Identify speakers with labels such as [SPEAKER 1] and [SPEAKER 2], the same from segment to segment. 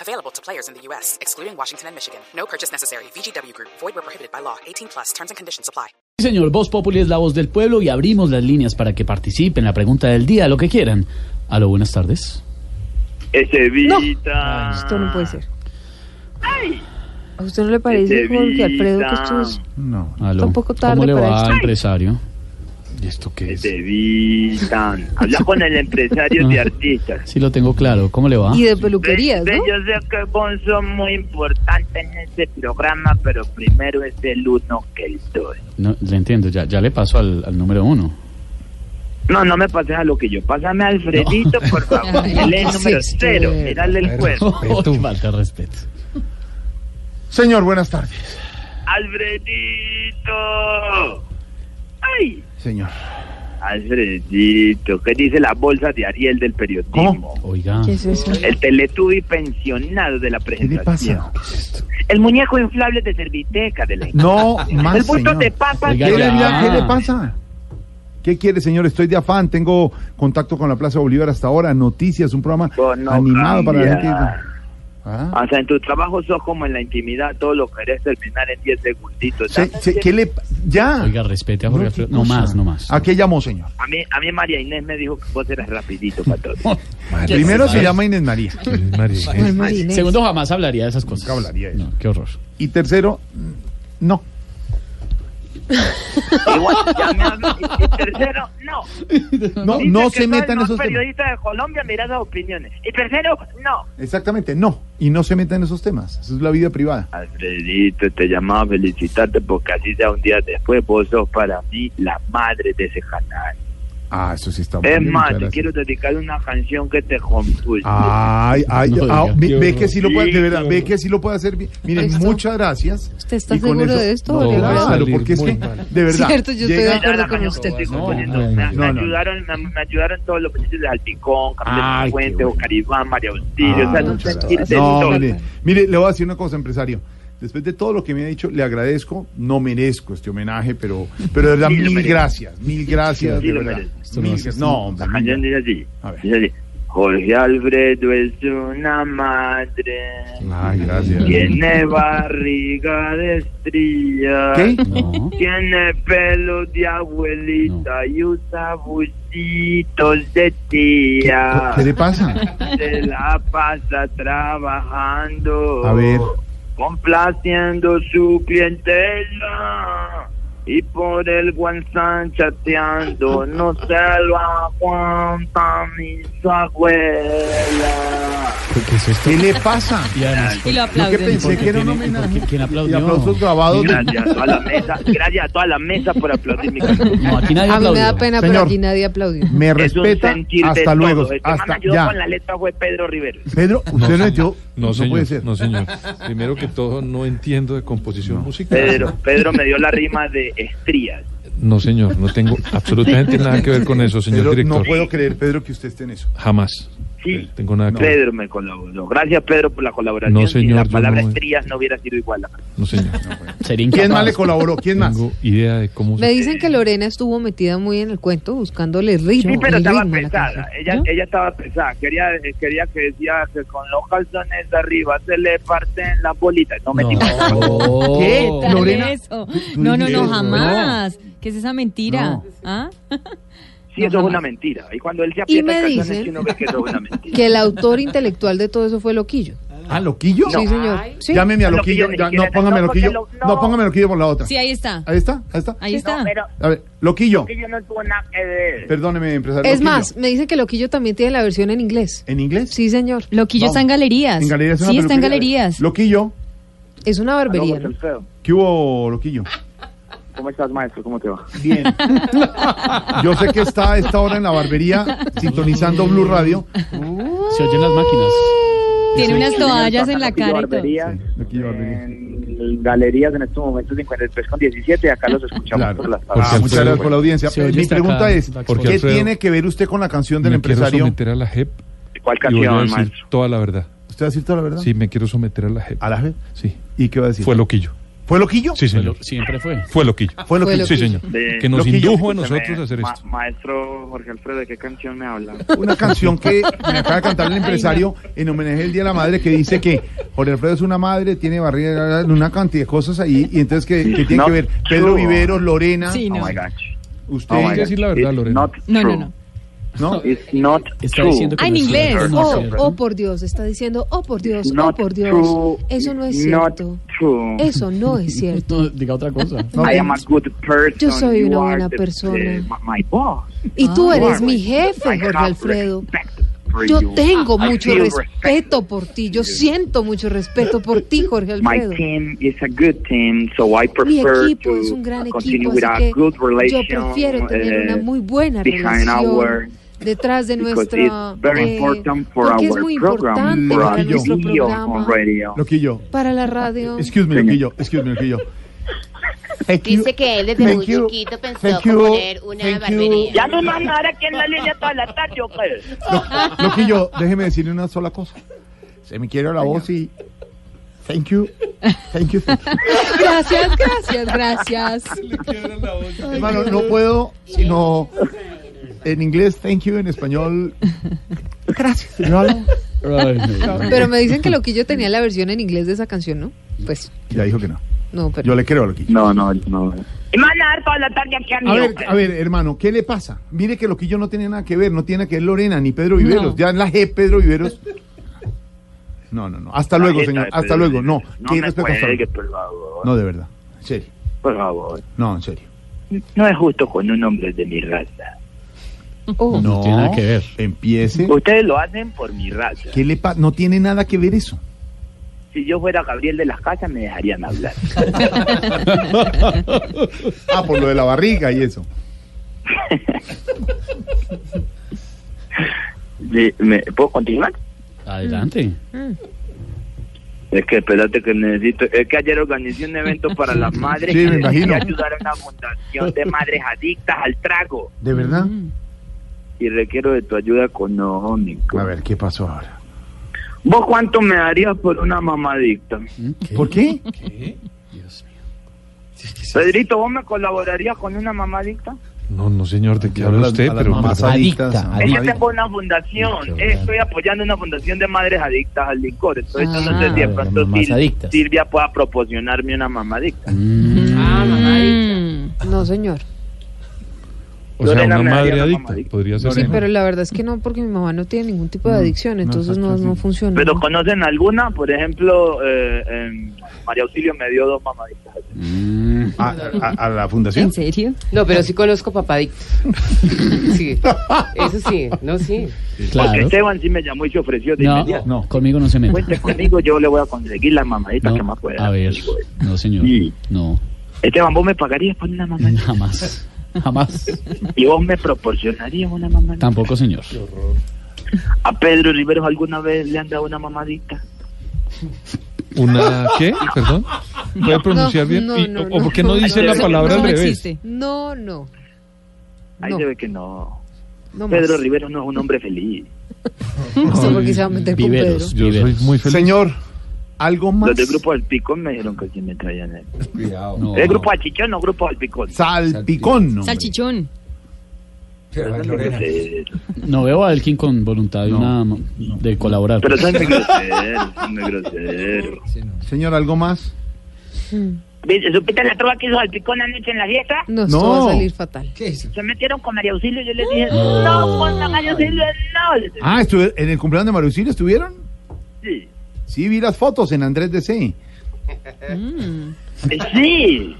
[SPEAKER 1] Available to players in the U.S., excluding Washington and Michigan. No purchase necessary. VGW Group, void were prohibited by law. 18 plus terms and conditions apply.
[SPEAKER 2] Sí, Señor, Voz Populi es la voz del pueblo y abrimos las líneas para que participen. La pregunta del día, lo que quieran. Aló, buenas tardes.
[SPEAKER 3] Eh, Estevita.
[SPEAKER 4] Esto no puede ser. ¿A usted no le parece como que Alfredo que esto es...
[SPEAKER 2] No, aló.
[SPEAKER 4] Tampoco tarde
[SPEAKER 2] ¿Cómo le
[SPEAKER 4] para
[SPEAKER 2] va,
[SPEAKER 4] esto.
[SPEAKER 2] empresario? ¿Y esto qué es?
[SPEAKER 3] Estevita. Habla con el empresario de artistas.
[SPEAKER 2] Sí, lo tengo claro. ¿Cómo le va?
[SPEAKER 4] Y de
[SPEAKER 3] Ve-
[SPEAKER 4] peluquerías,
[SPEAKER 3] ve,
[SPEAKER 4] ¿no?
[SPEAKER 3] Yo sé que vos sos muy importante en este programa, pero primero es el uno que el dos.
[SPEAKER 2] No, le entiendo, ya, ya le paso al, al número uno.
[SPEAKER 3] No, no me pases a lo que yo. Pásame a Alfredito, por favor.
[SPEAKER 4] Ay,
[SPEAKER 3] Él es
[SPEAKER 4] ¿qué es
[SPEAKER 3] número
[SPEAKER 4] esto?
[SPEAKER 3] cero. Mírale el
[SPEAKER 5] Pues,
[SPEAKER 3] cuerpo.
[SPEAKER 2] Falta de respeto.
[SPEAKER 5] Señor, buenas tardes.
[SPEAKER 3] ¡Alfredito! ¡Ay!
[SPEAKER 5] Señor.
[SPEAKER 3] Alfredito, ¿qué dice la bolsa de Ariel del periodismo?
[SPEAKER 2] Oiga,
[SPEAKER 4] ¿Qué es eso?
[SPEAKER 3] El teletubi pensionado de la
[SPEAKER 5] ¿Qué le
[SPEAKER 3] presentación.
[SPEAKER 5] pasa? ¿Qué es esto?
[SPEAKER 3] El muñeco inflable de Serviteca de la
[SPEAKER 5] No
[SPEAKER 3] El
[SPEAKER 5] más,
[SPEAKER 3] bulto
[SPEAKER 5] señor.
[SPEAKER 3] de papa.
[SPEAKER 2] Oiga,
[SPEAKER 5] ¿Qué le,
[SPEAKER 2] ya.
[SPEAKER 5] mira, qué le pasa? ¿Qué quiere, señor? Estoy de afán. Tengo contacto con la Plaza Bolívar hasta ahora. Noticias, un programa
[SPEAKER 3] Vos no
[SPEAKER 5] animado para la gente.
[SPEAKER 3] cambias.
[SPEAKER 5] Ah.
[SPEAKER 3] O sea, en tu trabajo sos como en la intimidad, todo lo querés terminar en 10 segunditos.
[SPEAKER 5] Se-
[SPEAKER 3] ¿sabes?
[SPEAKER 5] se- ¿Qué le pa- Ya.
[SPEAKER 2] oiga, respete a Jorge Alfredo.
[SPEAKER 5] qué
[SPEAKER 2] No
[SPEAKER 5] cosa. Ah,
[SPEAKER 2] más, no más.
[SPEAKER 5] ¿A qué llamó, señor?
[SPEAKER 3] A mí, a mí María Inés me dijo que vos eras rapidito para todo.
[SPEAKER 5] Primero se llama Inés María.
[SPEAKER 4] Ay, Marinés.
[SPEAKER 2] Segundo, jamás hablaría de esas cosas.
[SPEAKER 5] Nunca hablaría de
[SPEAKER 2] No, qué horror.
[SPEAKER 5] Y tercero, no.
[SPEAKER 3] Igual, ya me hablo. Y y tercero, no.
[SPEAKER 5] No,
[SPEAKER 3] Dice
[SPEAKER 5] no
[SPEAKER 3] que
[SPEAKER 5] se
[SPEAKER 3] sos el
[SPEAKER 5] metan
[SPEAKER 3] mejor
[SPEAKER 5] esos temas.
[SPEAKER 3] periodista de Colombia, mirá las opiniones. Y tercero, no.
[SPEAKER 5] Exactamente, no. Y no se metan en esos temas. Eso es la vida privada.
[SPEAKER 3] Alfredito, te llamaba a felicitarte porque así sea un día después, vos sos para mí la madre de ese canal.
[SPEAKER 5] Ah, eso sí está muy
[SPEAKER 3] Es
[SPEAKER 5] bien,
[SPEAKER 3] más,
[SPEAKER 5] muchas
[SPEAKER 3] te
[SPEAKER 5] gracias. Ah,
[SPEAKER 3] quiero dedicar una canción que te compuse.
[SPEAKER 5] Ay, ay,
[SPEAKER 2] No,
[SPEAKER 5] ah,
[SPEAKER 2] oiga,
[SPEAKER 5] ve,
[SPEAKER 2] qué
[SPEAKER 5] ve
[SPEAKER 2] horror.
[SPEAKER 5] que sí lo puede, de verdad, ve
[SPEAKER 2] horror.
[SPEAKER 5] que sí lo puede hacer bien. Miren,
[SPEAKER 4] Esto.
[SPEAKER 5] muchas gracias.
[SPEAKER 4] ¿Usted está
[SPEAKER 5] Y con
[SPEAKER 4] seguro
[SPEAKER 5] eso-
[SPEAKER 4] de esto,
[SPEAKER 2] No,
[SPEAKER 4] Oliver?
[SPEAKER 2] va a
[SPEAKER 5] Claro,
[SPEAKER 2] salir
[SPEAKER 5] porque es
[SPEAKER 2] muy
[SPEAKER 5] que,
[SPEAKER 2] mal.
[SPEAKER 5] de verdad.
[SPEAKER 4] Cierto, yo estoy de
[SPEAKER 5] llega-
[SPEAKER 4] acuerdo.
[SPEAKER 3] Ya la
[SPEAKER 4] con
[SPEAKER 3] canción
[SPEAKER 4] usted.
[SPEAKER 3] que te estoy
[SPEAKER 2] No,
[SPEAKER 3] poniendo.
[SPEAKER 2] ay,
[SPEAKER 3] me,
[SPEAKER 2] no,
[SPEAKER 3] me
[SPEAKER 5] no.
[SPEAKER 3] ayudaron, me, me ayudaron todos los muchachos de Alpicón, Camilo
[SPEAKER 5] Ay, qué
[SPEAKER 3] Fuente,
[SPEAKER 5] bueno.
[SPEAKER 3] Ocaribán, María Auxilio,
[SPEAKER 5] Ah,
[SPEAKER 3] o sea, no
[SPEAKER 5] muchas
[SPEAKER 3] sé,
[SPEAKER 5] gracias.
[SPEAKER 3] de
[SPEAKER 5] No,
[SPEAKER 3] todo.
[SPEAKER 5] mire, mire, le voy a decir una cosa, empresario. Después de todo lo que me ha dicho, le agradezco, no merezco este homenaje, pero, pero de verdad,
[SPEAKER 3] Sí lo
[SPEAKER 5] mil
[SPEAKER 3] merece.
[SPEAKER 5] gracias, mil gracias,
[SPEAKER 3] Sí
[SPEAKER 5] de
[SPEAKER 3] lo
[SPEAKER 5] verdad.
[SPEAKER 3] merece.
[SPEAKER 2] Esto no
[SPEAKER 5] Mil
[SPEAKER 2] hace-
[SPEAKER 5] gracias. No,
[SPEAKER 3] La
[SPEAKER 5] hombre, mil
[SPEAKER 3] canción
[SPEAKER 5] gracias.
[SPEAKER 3] dice así,
[SPEAKER 5] A ver.
[SPEAKER 3] dice así, Jorge Alfredo es una madre,
[SPEAKER 5] Ay, gracias.
[SPEAKER 3] tiene barriga de estría.
[SPEAKER 5] ¿Qué?
[SPEAKER 2] No.
[SPEAKER 3] Tiene pelo de abuelita y usa busitos de tía.
[SPEAKER 5] ¿Qué le pasa?
[SPEAKER 3] Se la pasa trabajando.
[SPEAKER 5] A ver.
[SPEAKER 3] Complaciendo su clientela. Y por el guanzán chateando. No se lo aguanta ni su abuela.
[SPEAKER 2] ¿Qué es esto?
[SPEAKER 5] ¿Qué le pasa?
[SPEAKER 2] Y además, pues,
[SPEAKER 4] Y lo
[SPEAKER 5] Yo que
[SPEAKER 4] aplauden.
[SPEAKER 5] pensé que era un
[SPEAKER 2] ¿Por qué tiene-
[SPEAKER 5] homenaje.
[SPEAKER 2] por qué- quién aplaudió?
[SPEAKER 5] Y aplausos grabados. de-
[SPEAKER 3] Gracias a toda la mesa. Gracias a toda la mesa por aplaudir mi canción.
[SPEAKER 2] No, aquí nadie
[SPEAKER 4] A mí me da
[SPEAKER 2] aplaudió.
[SPEAKER 4] pena, pero
[SPEAKER 5] Señor.
[SPEAKER 4] aquí nadie aplaudió.
[SPEAKER 5] Me
[SPEAKER 3] Es un
[SPEAKER 5] respeta.
[SPEAKER 3] sentir de
[SPEAKER 5] Hasta luego.
[SPEAKER 3] todos. Este man
[SPEAKER 5] Hasta
[SPEAKER 3] ayudó
[SPEAKER 5] ya.
[SPEAKER 3] con la letra fue Pedro Rivero.
[SPEAKER 5] Pedro, usted no metió.
[SPEAKER 6] No,
[SPEAKER 5] No,
[SPEAKER 6] señor,
[SPEAKER 5] puede ser.
[SPEAKER 6] No, señor. Primero que todo, no entiendo de composición musical.
[SPEAKER 3] Pedro, Pedro me dio la rima de estrías.
[SPEAKER 6] No, señor, no tengo absolutamente nada que ver con eso, señor
[SPEAKER 5] Pedro,
[SPEAKER 6] director.
[SPEAKER 5] no puedo creer, Pedro, que usted esté en eso.
[SPEAKER 6] Jamás.
[SPEAKER 3] Sí.
[SPEAKER 6] Tengo nada que ver.
[SPEAKER 3] Pedro me colaboró. Gracias, Pedro, por la colaboración.
[SPEAKER 6] Ah, No,
[SPEAKER 3] Sin
[SPEAKER 6] señor,
[SPEAKER 3] la
[SPEAKER 6] yo
[SPEAKER 3] palabra
[SPEAKER 6] no-
[SPEAKER 3] estrías no hubiera sido igual.
[SPEAKER 6] No, señor.
[SPEAKER 2] Sería
[SPEAKER 5] ¿Quién
[SPEAKER 2] incapaz.
[SPEAKER 5] más le colaboró? ¿Quién más?
[SPEAKER 6] tengo idea de cómo
[SPEAKER 4] Me
[SPEAKER 6] se...
[SPEAKER 4] dicen que Lorena estuvo metida muy en el cuento buscándole
[SPEAKER 3] Sí,
[SPEAKER 4] ritmo.
[SPEAKER 3] pero
[SPEAKER 4] el
[SPEAKER 3] estaba
[SPEAKER 4] ritmo a la
[SPEAKER 3] pesada.
[SPEAKER 4] canción.
[SPEAKER 3] Ella,
[SPEAKER 4] ¿No?
[SPEAKER 3] ella estaba pesada. Quería, eh, quería que decía que con los calzones de arriba se le parten las bolitas. No me
[SPEAKER 2] No.
[SPEAKER 5] ¿Qué?
[SPEAKER 7] Dale
[SPEAKER 5] Lorena.
[SPEAKER 7] Oh, eso.
[SPEAKER 5] tú
[SPEAKER 7] No, no,
[SPEAKER 5] dijiste
[SPEAKER 7] no,
[SPEAKER 5] eso,
[SPEAKER 7] jamás. ¿Qué es esa mentira?
[SPEAKER 5] No.
[SPEAKER 7] ¿Ah?
[SPEAKER 3] Sí, eso es una mentira. Y cuando él se
[SPEAKER 4] Y
[SPEAKER 3] aprieta
[SPEAKER 4] me
[SPEAKER 3] el calzón, es
[SPEAKER 4] dicen
[SPEAKER 3] que uno ve que eso es una mentira.
[SPEAKER 4] Que el autor intelectual de todo eso fue Loquillo.
[SPEAKER 5] ¿Ah, Loquillo?
[SPEAKER 4] Sí, señor. Sí.
[SPEAKER 5] Llámeme a
[SPEAKER 3] Loquillo
[SPEAKER 5] Loquillo.
[SPEAKER 3] ni
[SPEAKER 5] ya, no,
[SPEAKER 3] siquiera-
[SPEAKER 5] póngame a
[SPEAKER 3] no, porque
[SPEAKER 5] Loquillo.
[SPEAKER 3] lo- no.
[SPEAKER 5] No, póngame a Loquillo por la otra.
[SPEAKER 7] Sí, ahí está.
[SPEAKER 5] Ahí está, ahí está.
[SPEAKER 7] Ahí está.
[SPEAKER 3] Pero
[SPEAKER 5] A ver, Loquillo.
[SPEAKER 3] que yo no tuvo nada que ver.
[SPEAKER 5] Perdóneme, empresario.
[SPEAKER 4] Es
[SPEAKER 5] Loquillo.
[SPEAKER 4] más, me dicen que Loquillo también tiene la versión en inglés.
[SPEAKER 5] ¿En inglés?
[SPEAKER 4] Sí, señor.
[SPEAKER 7] Loquillo
[SPEAKER 5] Vamos.
[SPEAKER 7] está en galerías.
[SPEAKER 5] En galerías. es una
[SPEAKER 7] sí, está en
[SPEAKER 5] peluquería.
[SPEAKER 7] galerías.
[SPEAKER 5] Loquillo.
[SPEAKER 4] Es una
[SPEAKER 3] Aló,
[SPEAKER 4] barbería.
[SPEAKER 3] José
[SPEAKER 4] ¿no?
[SPEAKER 3] Alfredo.
[SPEAKER 5] ¿Qué hubo, Loquillo?
[SPEAKER 3] ¿Cómo estás, maestro? ¿Cómo te va?
[SPEAKER 5] Bien. Yo sé que está a esta hora en la barbería sintonizando Blue Radio.
[SPEAKER 2] Se oyen las máquinas.
[SPEAKER 7] Tiene unas toallas en
[SPEAKER 3] Acá
[SPEAKER 7] la
[SPEAKER 3] no pido
[SPEAKER 7] cara y todo.
[SPEAKER 3] barbería,
[SPEAKER 5] Loquillo Barbería.
[SPEAKER 3] en en galerías en estos momentos 53 con 17 y acá los escuchamos
[SPEAKER 5] Claro.
[SPEAKER 3] por las
[SPEAKER 5] Ah, muchas
[SPEAKER 6] Alfredo,
[SPEAKER 5] gracias por
[SPEAKER 6] bueno.
[SPEAKER 5] la audiencia.
[SPEAKER 2] Sí, oye,
[SPEAKER 5] Mi
[SPEAKER 2] está
[SPEAKER 5] pregunta
[SPEAKER 2] acá,
[SPEAKER 5] es,
[SPEAKER 2] está
[SPEAKER 5] ¿qué
[SPEAKER 6] Porque Alfredo-
[SPEAKER 5] tiene que ver usted con la canción del
[SPEAKER 6] me quiero
[SPEAKER 5] empresario?
[SPEAKER 6] someter a la JEP
[SPEAKER 3] ¿Cuál
[SPEAKER 6] y voy a
[SPEAKER 3] canción,
[SPEAKER 6] decir
[SPEAKER 3] maestro?
[SPEAKER 6] toda la verdad.
[SPEAKER 5] ¿Usted va a decir toda la verdad?
[SPEAKER 6] Sí, me quiero someter a la JEP.
[SPEAKER 5] ¿A la vez?
[SPEAKER 6] Sí.
[SPEAKER 5] ¿Y qué va a decir?
[SPEAKER 6] Fue loquillo.
[SPEAKER 5] ¿Fue loquillo?
[SPEAKER 6] Sí,
[SPEAKER 2] Pero
[SPEAKER 6] señor.
[SPEAKER 2] siempre fue.
[SPEAKER 6] Fue loquillo.
[SPEAKER 5] Fue loquillo.
[SPEAKER 6] Sí, señor.
[SPEAKER 3] De-
[SPEAKER 6] Que nos
[SPEAKER 5] Loquillo,
[SPEAKER 6] indujo a
[SPEAKER 3] Escúchame,
[SPEAKER 6] nosotros a hacer
[SPEAKER 3] ma-
[SPEAKER 6] esto.
[SPEAKER 3] Maestro Jorge Alfredo, ¿de qué canción me habla?
[SPEAKER 5] Una canción que me acaba de cantar el empresario en homenaje al Día de la Madre que dice que Jorge Alfredo es una madre, tiene barriga, una cantidad de cosas ahí, y entonces que, tiene
[SPEAKER 3] No
[SPEAKER 5] que ver Pedro
[SPEAKER 3] true.
[SPEAKER 5] Viveros, Lorena,
[SPEAKER 7] Sí,
[SPEAKER 3] Oh
[SPEAKER 7] no.
[SPEAKER 3] my God.
[SPEAKER 5] usted,
[SPEAKER 3] Oh my
[SPEAKER 6] que decir la
[SPEAKER 3] God.
[SPEAKER 6] verdad,
[SPEAKER 3] It's
[SPEAKER 6] Lorena.
[SPEAKER 3] not
[SPEAKER 7] No, no,
[SPEAKER 3] true.
[SPEAKER 7] no.
[SPEAKER 5] ¿no?
[SPEAKER 3] It's not
[SPEAKER 2] Está
[SPEAKER 3] true.
[SPEAKER 2] diciendo que
[SPEAKER 7] Ah, en
[SPEAKER 2] no es
[SPEAKER 7] inglés.
[SPEAKER 2] cierto, no es
[SPEAKER 4] Oh,
[SPEAKER 2] cierto.
[SPEAKER 4] oh, por Dios, está diciendo, oh, por Dios, oh,
[SPEAKER 3] Not
[SPEAKER 4] por Dios.
[SPEAKER 3] true.
[SPEAKER 4] Eso no es
[SPEAKER 3] Not
[SPEAKER 4] cierto.
[SPEAKER 3] true.
[SPEAKER 4] Eso no es cierto.
[SPEAKER 2] No, diga otra cosa.
[SPEAKER 5] No,
[SPEAKER 3] I am a good person.
[SPEAKER 4] Yo soy
[SPEAKER 3] You
[SPEAKER 4] una
[SPEAKER 3] are
[SPEAKER 4] buena
[SPEAKER 3] the-
[SPEAKER 4] persona.
[SPEAKER 3] the- my, my boss.
[SPEAKER 4] Y tú
[SPEAKER 3] You
[SPEAKER 4] eres
[SPEAKER 3] are
[SPEAKER 4] mi
[SPEAKER 3] my- Ah, I
[SPEAKER 4] jefe, Jorge
[SPEAKER 3] have
[SPEAKER 4] Alfredo.
[SPEAKER 3] respect for
[SPEAKER 4] Yo
[SPEAKER 3] you.
[SPEAKER 4] tengo
[SPEAKER 3] I
[SPEAKER 4] mucho
[SPEAKER 3] feel
[SPEAKER 4] respeto por ti. Yo siento mucho respeto por ti, Jorge
[SPEAKER 3] My
[SPEAKER 4] Alfredo.
[SPEAKER 3] team is a good team, so I
[SPEAKER 4] Mi
[SPEAKER 3] prefer
[SPEAKER 4] equipo
[SPEAKER 3] to
[SPEAKER 4] es un gran
[SPEAKER 3] continue
[SPEAKER 4] equipo,
[SPEAKER 3] with a
[SPEAKER 4] así
[SPEAKER 3] good
[SPEAKER 4] que yo
[SPEAKER 3] relation.
[SPEAKER 4] prefiero tener
[SPEAKER 3] eh,
[SPEAKER 4] una muy buena
[SPEAKER 3] behind our-
[SPEAKER 4] relación detrás de
[SPEAKER 3] because
[SPEAKER 4] nuestra
[SPEAKER 3] it's very
[SPEAKER 4] eh,
[SPEAKER 3] important for
[SPEAKER 4] porque es
[SPEAKER 3] our
[SPEAKER 4] muy
[SPEAKER 3] program,
[SPEAKER 4] importante
[SPEAKER 3] for
[SPEAKER 4] para
[SPEAKER 3] our
[SPEAKER 5] Loquillo.
[SPEAKER 4] nuestro
[SPEAKER 3] video
[SPEAKER 4] programa,
[SPEAKER 3] on radio.
[SPEAKER 5] Loquillo,
[SPEAKER 4] para la radio.
[SPEAKER 5] excuse me, Loquillo, excuse me, Loquillo. Thank you.
[SPEAKER 8] Dice que él desde
[SPEAKER 5] Thank
[SPEAKER 8] muy
[SPEAKER 5] you.
[SPEAKER 8] chiquito pensó
[SPEAKER 5] Thank
[SPEAKER 8] con
[SPEAKER 5] you.
[SPEAKER 8] poner una
[SPEAKER 5] Thank you.
[SPEAKER 8] barbería.
[SPEAKER 5] Ya
[SPEAKER 8] no más nada.
[SPEAKER 5] Lo- Loquillo, déjeme decirle una sola cosa. Se me quiere la voz y... Thank you. Thank you. Thank you.
[SPEAKER 4] Gracias, gracias, gracias.
[SPEAKER 5] Hermano, no puedo, sino en inglés, thank you, en español, gracias. ¿no?
[SPEAKER 2] Ay, no, no.
[SPEAKER 4] Pero me dicen que Loquillo tenía la versión en inglés de esa canción, ¿no? Pues,
[SPEAKER 5] Ya dijo que no.
[SPEAKER 4] no, pero...
[SPEAKER 5] Yo le creo a Loquillo.
[SPEAKER 3] No, no, no.
[SPEAKER 5] A ver, a ver, hermano, ¿qué le pasa? Mire que Loquillo no tiene nada que ver, no tiene nada que ver Lorena ni Pedro Viveros.
[SPEAKER 7] No.
[SPEAKER 5] Ya en la G, Pedro Viveros. No, no, no. Hasta luego,
[SPEAKER 3] Tarjeta
[SPEAKER 5] señor.
[SPEAKER 3] de
[SPEAKER 5] Hasta
[SPEAKER 3] Pedro
[SPEAKER 5] luego. No,
[SPEAKER 3] Viveros.
[SPEAKER 5] qué
[SPEAKER 3] me
[SPEAKER 5] irrespeto hasta
[SPEAKER 3] cuelgue, por
[SPEAKER 5] luego.
[SPEAKER 3] favor.
[SPEAKER 5] No, de verdad. En serio.
[SPEAKER 3] Por favor.
[SPEAKER 5] No, en serio.
[SPEAKER 3] No es justo con un hombre de mi raza.
[SPEAKER 4] Oh,
[SPEAKER 2] No tiene nada que ver.
[SPEAKER 5] Empiece.
[SPEAKER 3] Ustedes lo hacen por mi raza.
[SPEAKER 5] ¿Qué le pasa? No tiene nada que ver eso.
[SPEAKER 3] Si yo fuera Gabriel de las Casas, me dejarían hablar.
[SPEAKER 5] Ah, por lo de la barriga y eso.
[SPEAKER 3] Sí, ¿Me, ¿Puedo continuar?
[SPEAKER 2] Adelante.
[SPEAKER 3] Es que espérate que necesito. Es que ayer organizé un evento para las madres
[SPEAKER 5] Sí,
[SPEAKER 3] que
[SPEAKER 5] me imagino.
[SPEAKER 3] ayudar a una fundación de madres adictas al trago.
[SPEAKER 5] ¿De verdad?
[SPEAKER 3] Y requiero de tu ayuda económica.
[SPEAKER 5] A ver, ¿qué pasó ahora?
[SPEAKER 3] ¿Vos cuánto me darías por una mamadicta?
[SPEAKER 5] ¿Por qué?
[SPEAKER 2] Dios mío.
[SPEAKER 3] Pedrito, ¿vos me colaborarías con una mamadicta?
[SPEAKER 6] No, no, señor, ¿de qué
[SPEAKER 5] A
[SPEAKER 6] habla
[SPEAKER 5] las-
[SPEAKER 6] usted?
[SPEAKER 5] a las
[SPEAKER 6] Pero,
[SPEAKER 5] mamás
[SPEAKER 6] pero-
[SPEAKER 5] adictas,
[SPEAKER 2] pues, adicta,
[SPEAKER 5] a
[SPEAKER 3] Es
[SPEAKER 5] mamá
[SPEAKER 3] que
[SPEAKER 5] adicta.
[SPEAKER 3] tengo una fundación, eh, estoy apoyando una fundación de madres adictas al licor, entonces yo no
[SPEAKER 7] Ah,
[SPEAKER 3] sé si de
[SPEAKER 2] de
[SPEAKER 3] pronto
[SPEAKER 2] mamás
[SPEAKER 3] Sil-
[SPEAKER 2] adictas.
[SPEAKER 3] Silvia pueda proporcionarme una mamadicta.
[SPEAKER 7] Mm.
[SPEAKER 4] no, señor.
[SPEAKER 6] o sea,
[SPEAKER 3] Lorena
[SPEAKER 6] una
[SPEAKER 3] me daría
[SPEAKER 6] madre
[SPEAKER 3] una
[SPEAKER 6] adicta.
[SPEAKER 3] mamadicta.
[SPEAKER 6] Podría ser.
[SPEAKER 4] Sí,
[SPEAKER 6] ¿no?
[SPEAKER 4] pero la verdad es que no, porque mi mamá no tiene ningún
[SPEAKER 5] Mm.
[SPEAKER 4] tipo de adicción, entonces no, no funciona.
[SPEAKER 3] Pero conocen alguna, por ejemplo, eh, eh, María Auxilio me dio dos mamadictas.
[SPEAKER 2] Mm,
[SPEAKER 5] ¿A, a- a la fundación?
[SPEAKER 7] ¿En serio?
[SPEAKER 9] No, pero sí conozco papadictos. Sí, eso sí, no, sí.
[SPEAKER 3] Porque
[SPEAKER 2] Claro.
[SPEAKER 3] Esteban sí me llamó y se ofreció este de
[SPEAKER 2] No,
[SPEAKER 3] inmediato.
[SPEAKER 2] no, conmigo no se mete.
[SPEAKER 3] Cuente conmigo, yo le voy a conseguir las mamaditas que
[SPEAKER 2] No,
[SPEAKER 3] más pueda.
[SPEAKER 2] a ver,
[SPEAKER 3] Digo,
[SPEAKER 2] no señor,
[SPEAKER 3] Sí.
[SPEAKER 2] no,
[SPEAKER 3] Esteban, ¿vos me pagarías por una mamadita?
[SPEAKER 2] jamás, jamás,
[SPEAKER 3] ¿Y vos me proporcionarías una mamadita?
[SPEAKER 2] tampoco señor.
[SPEAKER 3] ¿A Pedro Riveros alguna vez le han dado una mamadita?
[SPEAKER 6] ¿Una qué? Perdón. ¿Puede pronunciar
[SPEAKER 4] No,
[SPEAKER 6] bien?
[SPEAKER 4] no,
[SPEAKER 6] Y-
[SPEAKER 4] no,
[SPEAKER 6] o-
[SPEAKER 4] no.
[SPEAKER 6] ¿O por qué no dice
[SPEAKER 3] Ay,
[SPEAKER 6] la
[SPEAKER 3] no,
[SPEAKER 6] palabra
[SPEAKER 7] no,
[SPEAKER 6] al
[SPEAKER 7] no
[SPEAKER 6] revés?
[SPEAKER 7] existe.
[SPEAKER 4] No, no.
[SPEAKER 3] Ahí
[SPEAKER 4] No,
[SPEAKER 3] se ve que no.
[SPEAKER 4] no más.
[SPEAKER 3] Pedro Riveros no es un hombre feliz.
[SPEAKER 4] ¿Usted por qué se va a meter con Pedro?
[SPEAKER 2] Viveros,
[SPEAKER 6] Yo soy
[SPEAKER 2] viveros.
[SPEAKER 6] muy feliz.
[SPEAKER 5] Señor, ¿algo más?
[SPEAKER 3] Los del grupo del Picón me dijeron que sí me traían él.
[SPEAKER 2] No,
[SPEAKER 3] ¿El grupo Achichón o grupo del Picón?
[SPEAKER 5] Salpicón. hombre.
[SPEAKER 7] Salchichón.
[SPEAKER 3] Pero
[SPEAKER 2] no veo a Elkin con voluntad de, una, de colaborar.
[SPEAKER 3] son muy groseros, son muy groseros.
[SPEAKER 5] Señor, ¿algo más?
[SPEAKER 3] ¿Viste? ¿Supiste la trova que hizo al Picón anoche en la fiesta?
[SPEAKER 4] No, esto
[SPEAKER 5] No.
[SPEAKER 4] va a salir fatal.
[SPEAKER 3] Se metieron con María Auxilio y yo
[SPEAKER 2] Mm.
[SPEAKER 3] les dije, no, con María Auxilio, no. Les dije,
[SPEAKER 5] Ah, estuve- ¿en el cumpleaños de Marucilio estuvieron?
[SPEAKER 3] Sí.
[SPEAKER 5] Sí, vi las fotos en Andrés DC.
[SPEAKER 3] Eh, Sí.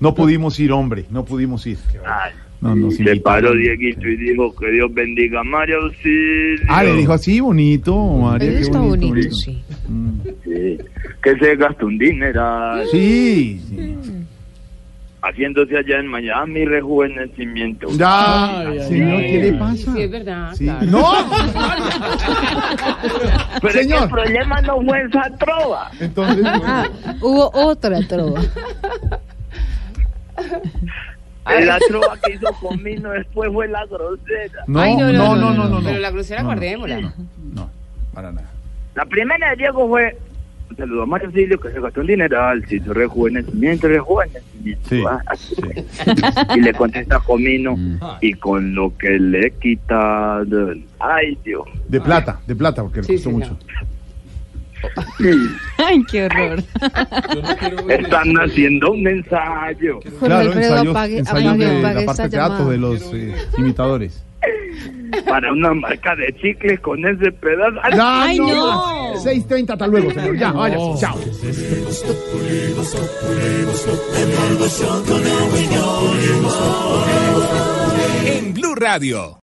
[SPEAKER 5] No pudimos ir, hombre, no pudimos ir. Ah,
[SPEAKER 3] Ay,
[SPEAKER 5] No, nos
[SPEAKER 3] se paró
[SPEAKER 5] invitaron.
[SPEAKER 3] Dieguito y dijo que Dios bendiga a María Auxilio.
[SPEAKER 5] Ah, le dijo así, bonito, María,
[SPEAKER 4] Pero
[SPEAKER 5] qué
[SPEAKER 4] está
[SPEAKER 5] bonito,
[SPEAKER 4] bonito,
[SPEAKER 5] bonito.
[SPEAKER 4] sí.
[SPEAKER 3] Sí, que se gastó un dineral.
[SPEAKER 5] Sí, sí.
[SPEAKER 3] haciéndose allá en Miami rejuvenecimiento.
[SPEAKER 5] Ya,
[SPEAKER 2] Ay, ay,
[SPEAKER 5] señor,
[SPEAKER 2] ay,
[SPEAKER 5] ¿qué
[SPEAKER 2] ay.
[SPEAKER 5] le pasa?
[SPEAKER 9] Sí, es verdad.
[SPEAKER 5] Sí.
[SPEAKER 9] claro.
[SPEAKER 5] ¡No!
[SPEAKER 3] Pero es que el
[SPEAKER 5] señor.
[SPEAKER 3] problema no fue esa trova.
[SPEAKER 5] Entonces,
[SPEAKER 4] Ah, hubo otra trova.
[SPEAKER 3] La trova que hizo conmigo después fue la grosera.
[SPEAKER 5] no,
[SPEAKER 9] Ay,
[SPEAKER 5] no, no, no, no, no.
[SPEAKER 9] Pero la grosera
[SPEAKER 5] No, no.
[SPEAKER 9] guardémosla.
[SPEAKER 5] No, para nada.
[SPEAKER 3] La primera de Diego fue. un saludo a Mario Silvio que se gastó un dineral, si tu rejuvenecimiento, rejuvenecimiento.
[SPEAKER 5] Sí,
[SPEAKER 3] ah, así
[SPEAKER 5] sí.
[SPEAKER 3] y le contesta Comino y con lo que le he quitado ay Dios
[SPEAKER 5] De plata, de plata, porque
[SPEAKER 9] Sí,
[SPEAKER 5] le costó
[SPEAKER 9] sí,
[SPEAKER 5] mucho.
[SPEAKER 9] no.
[SPEAKER 7] Ay, qué horror.
[SPEAKER 6] Yo no quiero ver
[SPEAKER 3] están haciendo un ensayo
[SPEAKER 4] Jorge Pues Alfredo, apague,
[SPEAKER 5] ensayos
[SPEAKER 4] apague,
[SPEAKER 5] de
[SPEAKER 4] apague
[SPEAKER 5] la parte
[SPEAKER 4] esta
[SPEAKER 5] de teatro
[SPEAKER 4] llamada.
[SPEAKER 5] de los eh, imitadores.
[SPEAKER 3] para una marca de chicles con ese pedazo Ay,
[SPEAKER 7] Ay, no.
[SPEAKER 5] 6.30, hasta luego, señor. Ya, vaya, chao.
[SPEAKER 8] En Blue Radio.